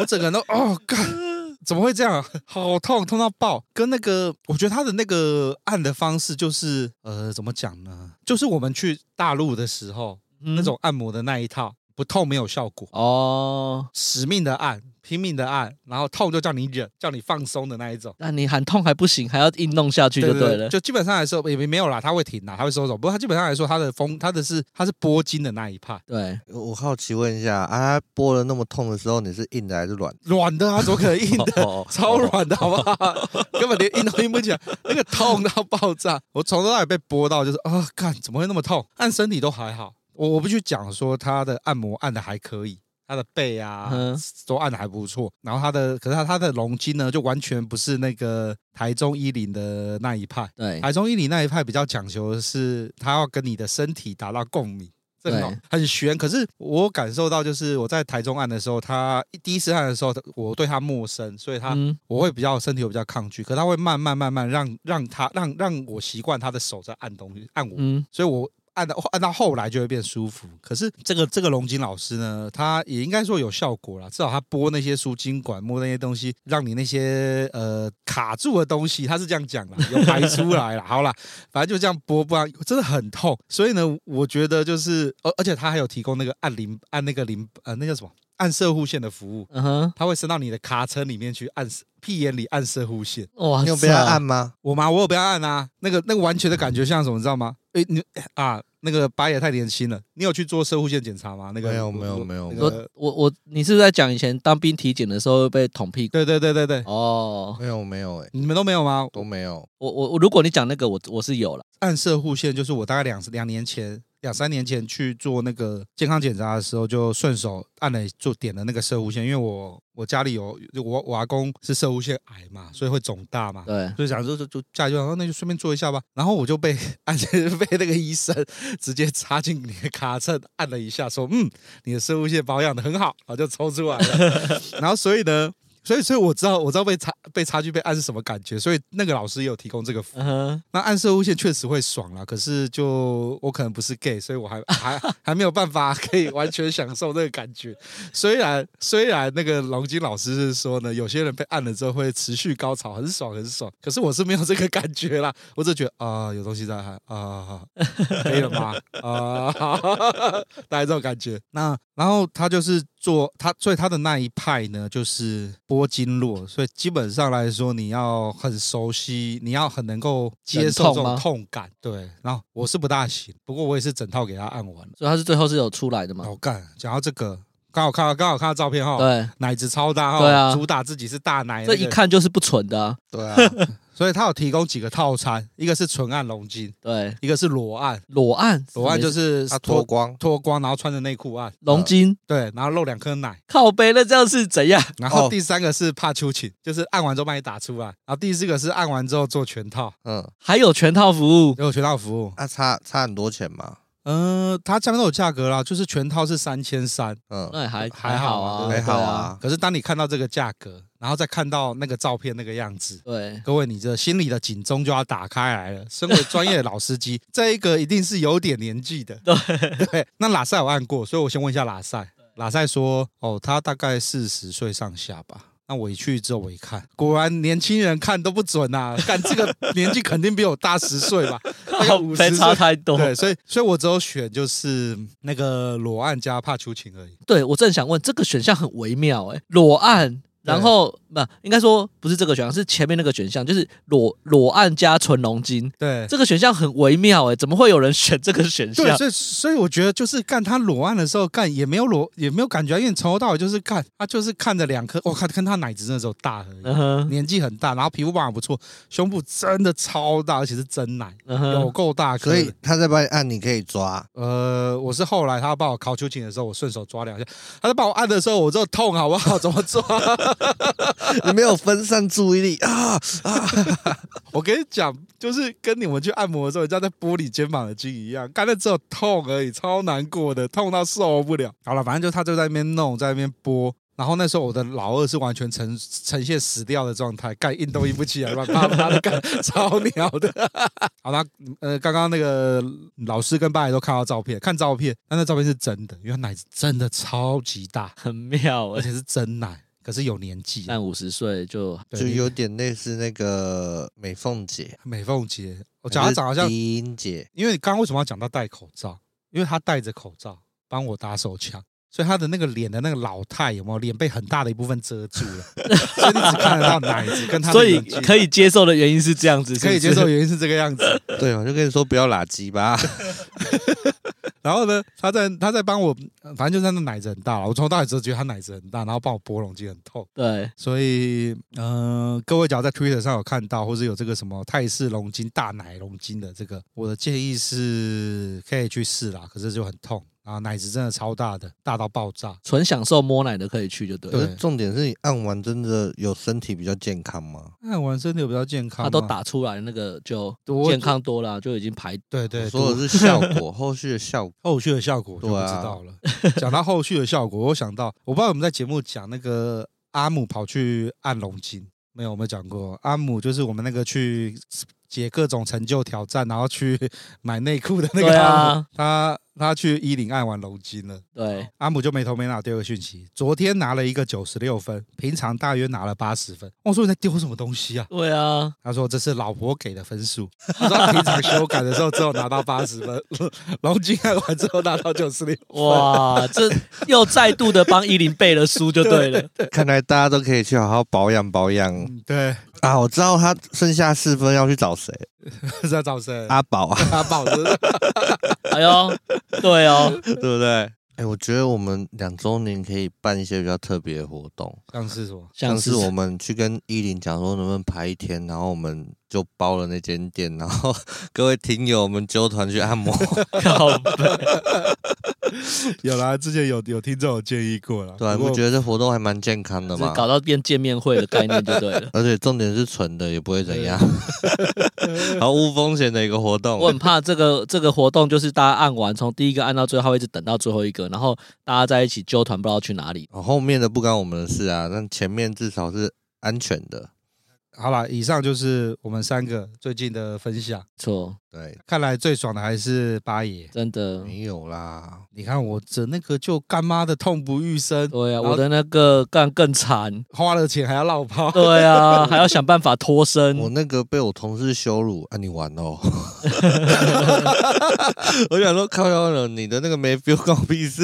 我整个人都哦，干，怎么会这样啊？好痛，痛到爆！跟那个，我觉得他的那个按的方式就是，呃，怎么讲呢？就是我们去大陆的时候，那那种按摩的那一套，不痛没有效果，哦，使命的按，拼命的按，然后痛就叫你忍，叫你放松的那一种。那你喊痛还不行，还要硬弄下去就对了。就基本上来说也没有啦，他会停啦，他会收手。不过他基本上来说，他的风，他的是他是拨筋的那一派，对，我好奇问一下，啊，它拨的那么痛的时候，你是硬的还是软的？软的啊，怎么可能硬的？哦超，软的好不 好？根本连硬都硬不起来，那个痛到爆炸。我从头到尾被拨到，就是啊，干怎么会那么痛？按身体都还好，我我不去讲说他的按摩按的还可以。他的背啊嗯，都按的还不错，然后他的，可是他他的龙筋呢，就完全不是那个台中一零的那一派。对，台中一零那一派比较讲求的是，他要跟你的身体达到共鸣，这很好对很悬。可是我感受到，就是我在台中按的时候，他第一次按的时候，我对他陌生，所以他、嗯，我会比较身体会比较抗拒，可他会慢慢慢慢让让他让让我习惯他的手在按东西按我，嗯，所以我按到按到后来就会变舒服。可是这个这个龙井老师呢，他也应该说有效果啦，至少他拨那些输精管、摸那些东西，让你那些呃卡住的东西，他是这样讲啦，有排出来啦。好啦，反正就这样拨，不然真的很痛。所以呢，我觉得就是，而、而且他还有提供那个按淋按那个淋呃那叫什么按射护线的服务。嗯哼，它会伸到你的卡车里面去按屁眼里按射护线。哇啊你有塞被啊它 按吗？我吗？我有被他按啊，那个那个完全的感觉像什么，你知道吗？诶，你啊，那个八也太年轻了，你有去做射护线检查吗？那个没有没有没有那没个有我我我，你是不是在讲以前当兵体检的时候被捅屁股？对对对对对，哦，没有没有，哎，你们都没有吗？都没有。我我我，如果你讲那个，我我是有了，按射护线就是我大概两两年前。两三年前去做那个健康检查的时候，就顺手按了做点了那个射护线，因为我我家里有我我阿公是射护线癌嘛，所以会肿大嘛，对，就想说就就下就想说那就顺便做一下吧，然后我就被按 被那个医生直接插进你的卡车按了一下，说嗯你的生物线保养的很好，然后就抽出来了， 然后所以呢，所以所以我知道我知道被插被插进被按是什么感觉，所以那个老师也有提供这个服务。嗯哼，那按射物线确实会爽啦，可是就我可能不是 gay，所以我还还还没有办法可以完全享受那个感觉。虽然虽然那个龙金老师是说呢，有些人被按了之后会持续高潮，很爽很爽，可是我是没有这个感觉啦，我只觉得啊、有东西在喊啊、可以了吗？啊、大概这种感觉。那然后他就是做他，所以他的那一派呢，就是拨经络，所以基本上来说，你要很熟悉，你要很能够接受这忍痛种吗痛感。对，然后我是不大行，不过我也是整套给他按完了。所以他是最后是有出来的嘛？好干，讲到这个，刚好看到刚好看到照片哈，对，奶子超大哈，对啊主打自己是大哎奶、那这个，一看就是不纯的啊，对啊，所以他有提供几个套餐，一个是纯按龙筋，对，一个是裸按，裸按，裸按就是它脱光，脱光，然后穿着内裤按，龙筋，对，然后露两颗奶。靠背，那这样是怎样？然后哦第三个是怕秋瑾，就是按完之后帮你打出来。然后第四个是按完之后做全套，嗯，还有全套服务，有全套服务。啊，差差很多钱嘛，嗯、它下面都有价格啦，就是全套是三千三。嗯，那也还还好好啊啊，还好对，啊，可是当你看到这个价格，然后再看到那个照片那个样子，对，各位你这心里的警钟就要打开来了。身为专业的老司机，这一个一定是有点年纪的。对那拉塞有按过，所以我先问一下拉塞。拉塞说：“哦，他大概四十岁上下吧。”那我一去之后，我一看，果然年轻人看都不准啊！看这个年纪肯定比我大十岁吧，大 概靠啊五背十啊差岁。太多，对，所以所以我只有选就是那个裸按加帕秋琴而已。欸对我正想问，这个选项很微妙哎、裸按，然后不应该说不是这个选项，是前面那个选项，就是裸裸按加纯龙筋。对这个选项很微妙哎、怎么会有人选这个选对，项？所以所以我觉得就是干他裸按的时候干也没有裸也没有感觉，因为你从头到尾就是干他就是看着两颗，我、看看他奶子真的只有大而已，嗯哼，年纪很大，然后皮肤保养不错，胸部真的超大，而且是真奶，嗯有哼，够大颗所的。以他在帮你按，你可以抓。 呃，我是后来他帮我烤秋瑾的时候，我顺手抓两下，他在帮我按的时候，我就痛，好不好？ 怎么抓？你没有分散注意力啊！ 我跟你讲，就是跟你们去按摩的时候，人家在拨你肩膀的筋一样，干的只有痛而已，超难过的，痛到受不了。好了，反正就他就在那边弄，在那边拨。然后那时候我的老二是完全呈呈现死掉的状态，干硬都硬不起来，乱啪啪的干， 超鸟的。 好啦，呃，刚刚那个老师跟爸也都看到照片，看照片，但那照片是真的，因为他奶子真的超级大， 很妙而哎、且是真奶，可是有年纪了，但五十岁就对嗯就有点类似那个美凤姐，美凤姐，我讲她长得像低音姐，因为你刚刚为什么要讲到戴口罩？因为他戴着口罩帮我打手枪，所以他的那个脸的那个老态有没有脸被很大的一部分遮住 了，所以你只看得到奶子跟他的所以眼睛。可以接受的原因是这样子，是不是可以接受，原因是这个样子。对，我就跟你说不要拉鸡吧。然后呢，他在他在帮我，反正就是他的奶子很大了。我从头到尾只是觉得他奶子很大，然后帮我拨龙筋很痛。对，所以，嗯、各位只要在 Twitter 上有看到，或是有这个什么泰式龙筋、大奶龙筋的这个，我的建议是可以去试啦，可是就很痛啊，奶子真的超大的，大到爆炸。纯享受摸奶的可以去就对可了，是重点是你按完真的有身体比较健康吗？那玩身体有比较健康他吗，都打出来那个就多健，康多了，就已经排对我对，说多的是效果，后续的效果。后续的效果我就不对啊知道了。 讲到后续的效果，我想到我不知道我们在节目讲那个阿姆跑去按龙筋，没有我们讲过阿姆就是我们那个去解各种成就挑战，然后去买内裤的那对个啊阿姆，他他去一零按完龙筋了。对，阿姆就没头没脑丢个讯息，昨天拿了一个九十六分，平常大约拿了八十分。我说你在丢什么东西啊？对 啊，他说这是老婆给的分数，他说他平常修改的时候只有拿到八十分，龙筋按完之后拿到九十六。哇，这又再度的帮依林背了书就 对了，看来大家都可以去好好保养保养嗯，对，啊！我知道他剩下四分要去找谁，是在找谁？阿宝啊，阿宝是不是哎呦，对哦，对不对？ 哎，我觉得我们两周年可以办一些比较特别的活动，像是什么？像 是我们去跟依林讲说能不能排一天，然后我们就包了那间店，然后 各位听友我们揪团去按摩，靠背，有啦，之前有有听众有建议过了，对、啊，你不不过觉得这活动还蛮健康的这吗？搞到变见面会的概念就对 了。而且重点是纯的，也不 会怎样，毫无风险的一个活动。我很怕这个这个活动，就是大家按完，从第一个按到最后，一直等到最后一个，然后大家在一起揪团，不知道去哪里。哦后面的不干我们的事啊，但前面至少是安全的。好啦，以上就是我们三个最近的分享。错，对，看来最爽的还是八爷，真的，没有啦，你看我这那个就干妈的痛不欲生，对啊，后我的那个干更惨，花了钱还要落跑。 对啊，还要想办法脱 我身。那个被我同事羞辱，啊，你玩 哦！ 我想说，靠腰了，你的那个没 feel 关我屁事。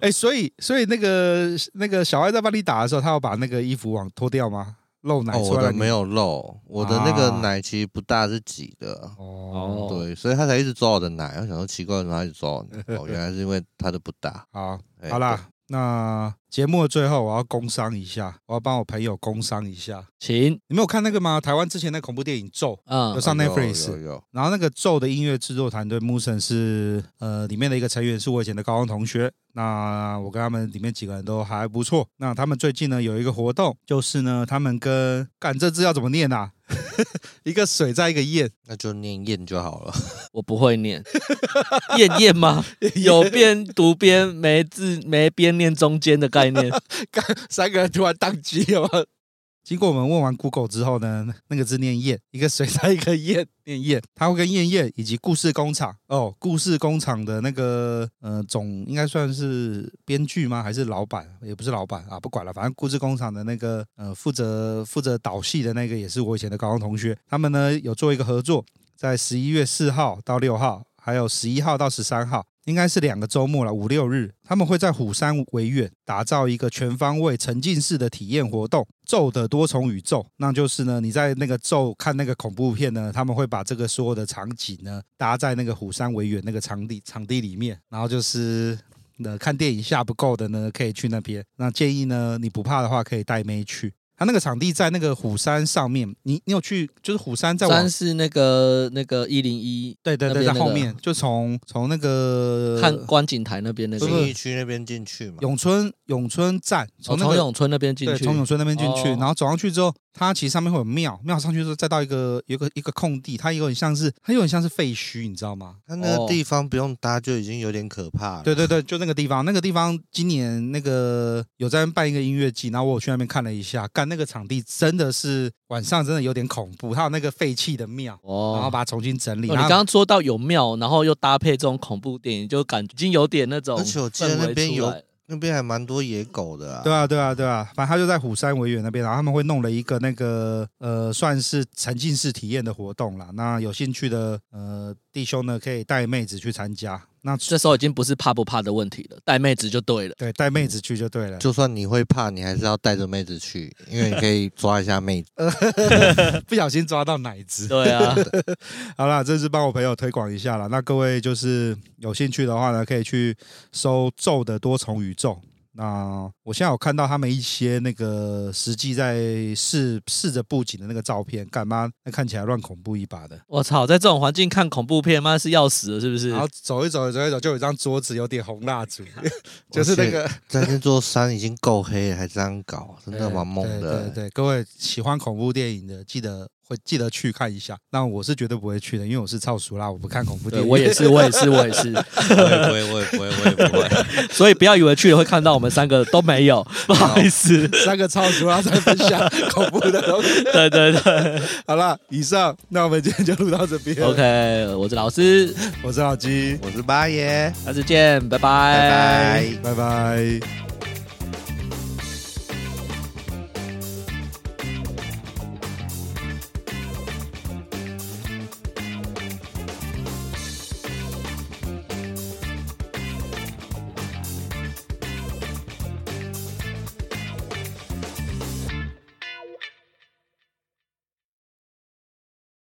哎、所以所以那个那个小爱在帮你打的时候，他要把那个衣服往脱掉吗？露奶哦，出我来、的没有。有漏，我的那个啊奶其实不大，是挤的。哦，哦对，所以他才一直抓我的奶。我想说奇怪，哪里抓我的 奶？哦，原来是因为他的不大。好，哎好啦，那节目的最后我要工商一下，我要帮我朋友工商一下。行，你们有看那个吗？台湾之前那恐怖电影《咒》，嗯有，上哦 Netflix 有有有然后那个《咒》的音乐制作团队 Musen 是呃里面的一个成员，是我以前的高中同学。那我跟他们里面几个人都还不错。那他们最近呢有一个活动，就是呢他们跟干这字要怎么念啊？ 一个水在一个燕，那就念燕就好了。我不会念，念念吗？有边读边，没字没边念中间的概念。三个人突然宕机了吗？经过我们问完 Google 之后呢，那个字念燕，一个水在一个燕，念燕。它会跟燕燕以及故事工厂哦，故事工厂的那个呃总应该算是编剧吗？还是老板？也不是老板啊，不管了，反正故事工厂的那个呃负责负责导戏的那个也是我以前的高中同学，他们呢有做一个合作，在十一月四号到六号，还有十一号到十三号，应该是两个周末了，五六日，他们会在虎山维园打造一个全方位沉浸式的体验活动，咒的多重宇宙。那就是呢，你在那个咒看那个恐怖片呢，他们会把这个所有的场景呢搭在那个虎山维园那个场地场地里面，然后就是。那看电影下不够的呢，可以去那边。那建议呢，你不怕的话，可以带妹去。他那个场地在那个虎山上面，你你有去？就是虎山在往三是那个那个一零一对对那对，边在那后个面，就从从那个看观景台那边那个，新义区那边进去嘛，永春永春站，从从那哦从个、永春那边进对，去，从永春那边进去，哦然后走上去之后，它其实上面会有庙，庙上去之后再到一个有一个一个空地，它有点像是它有点像是废墟，你知道吗？它那哦个地方不用搭就已经有点可怕了。对对对，就那个地方，那个地方今年那个有在办一个音乐季，然后我有去那边看了一下，干那个场地真的是晚上真的有点恐怖，它有那个废弃的庙，哦，然后把它重新整理。哦，你然后刚刚说到有庙，然后又搭配这种恐怖电影，就感觉已经有点那种而且我记得氛围那边出有来那边还蛮多野狗的啊。对啊，对啊，对啊，反正他就在虎山维园那边，然后他们会弄了一个那个呃，算是沉浸式体验的活动啦。那有兴趣的呃弟兄呢，可以带妹子去参加。那这时候已经不是怕不怕的问题了，带妹子就对了。对带妹子去就对了，就算你会怕，你还是要带着妹子去，因为你可以抓一下妹子。不小心抓到奶子。对啊，好啦，这是帮我朋友推广一下啦。那各位就是有兴趣的话呢，可以去搜《咒的多重宇宙》。那我现在有看到他们一些那个实际在试试着布景的那个照片，干嘛那看起来乱恐怖一把的。 我操，在这种环境看恐怖片，妈是要死了，是不是哦然？后走一走，走一走，就有一张桌子有点红蜡烛， 就是那个在那座山已经够黑了，还这样搞，真的蛮猛哎对对 的。对，各位喜欢恐怖电影的，记得会记得去看一下。那我是绝对不会去的，因为我是超熟啦，我不看恐怖对电影。我也是，我也是，我也是，不会不会不会不会不会， 所以不要以为去了会看到我们三个都没有，不好意思。 三个超熟啦，啊在分 享恐怖的东西。对对 对好啦，以上，那我们今天就录到这边。 ，OK，我是老师，我是老鸡，我是八爷，下次见，拜拜拜拜。拜。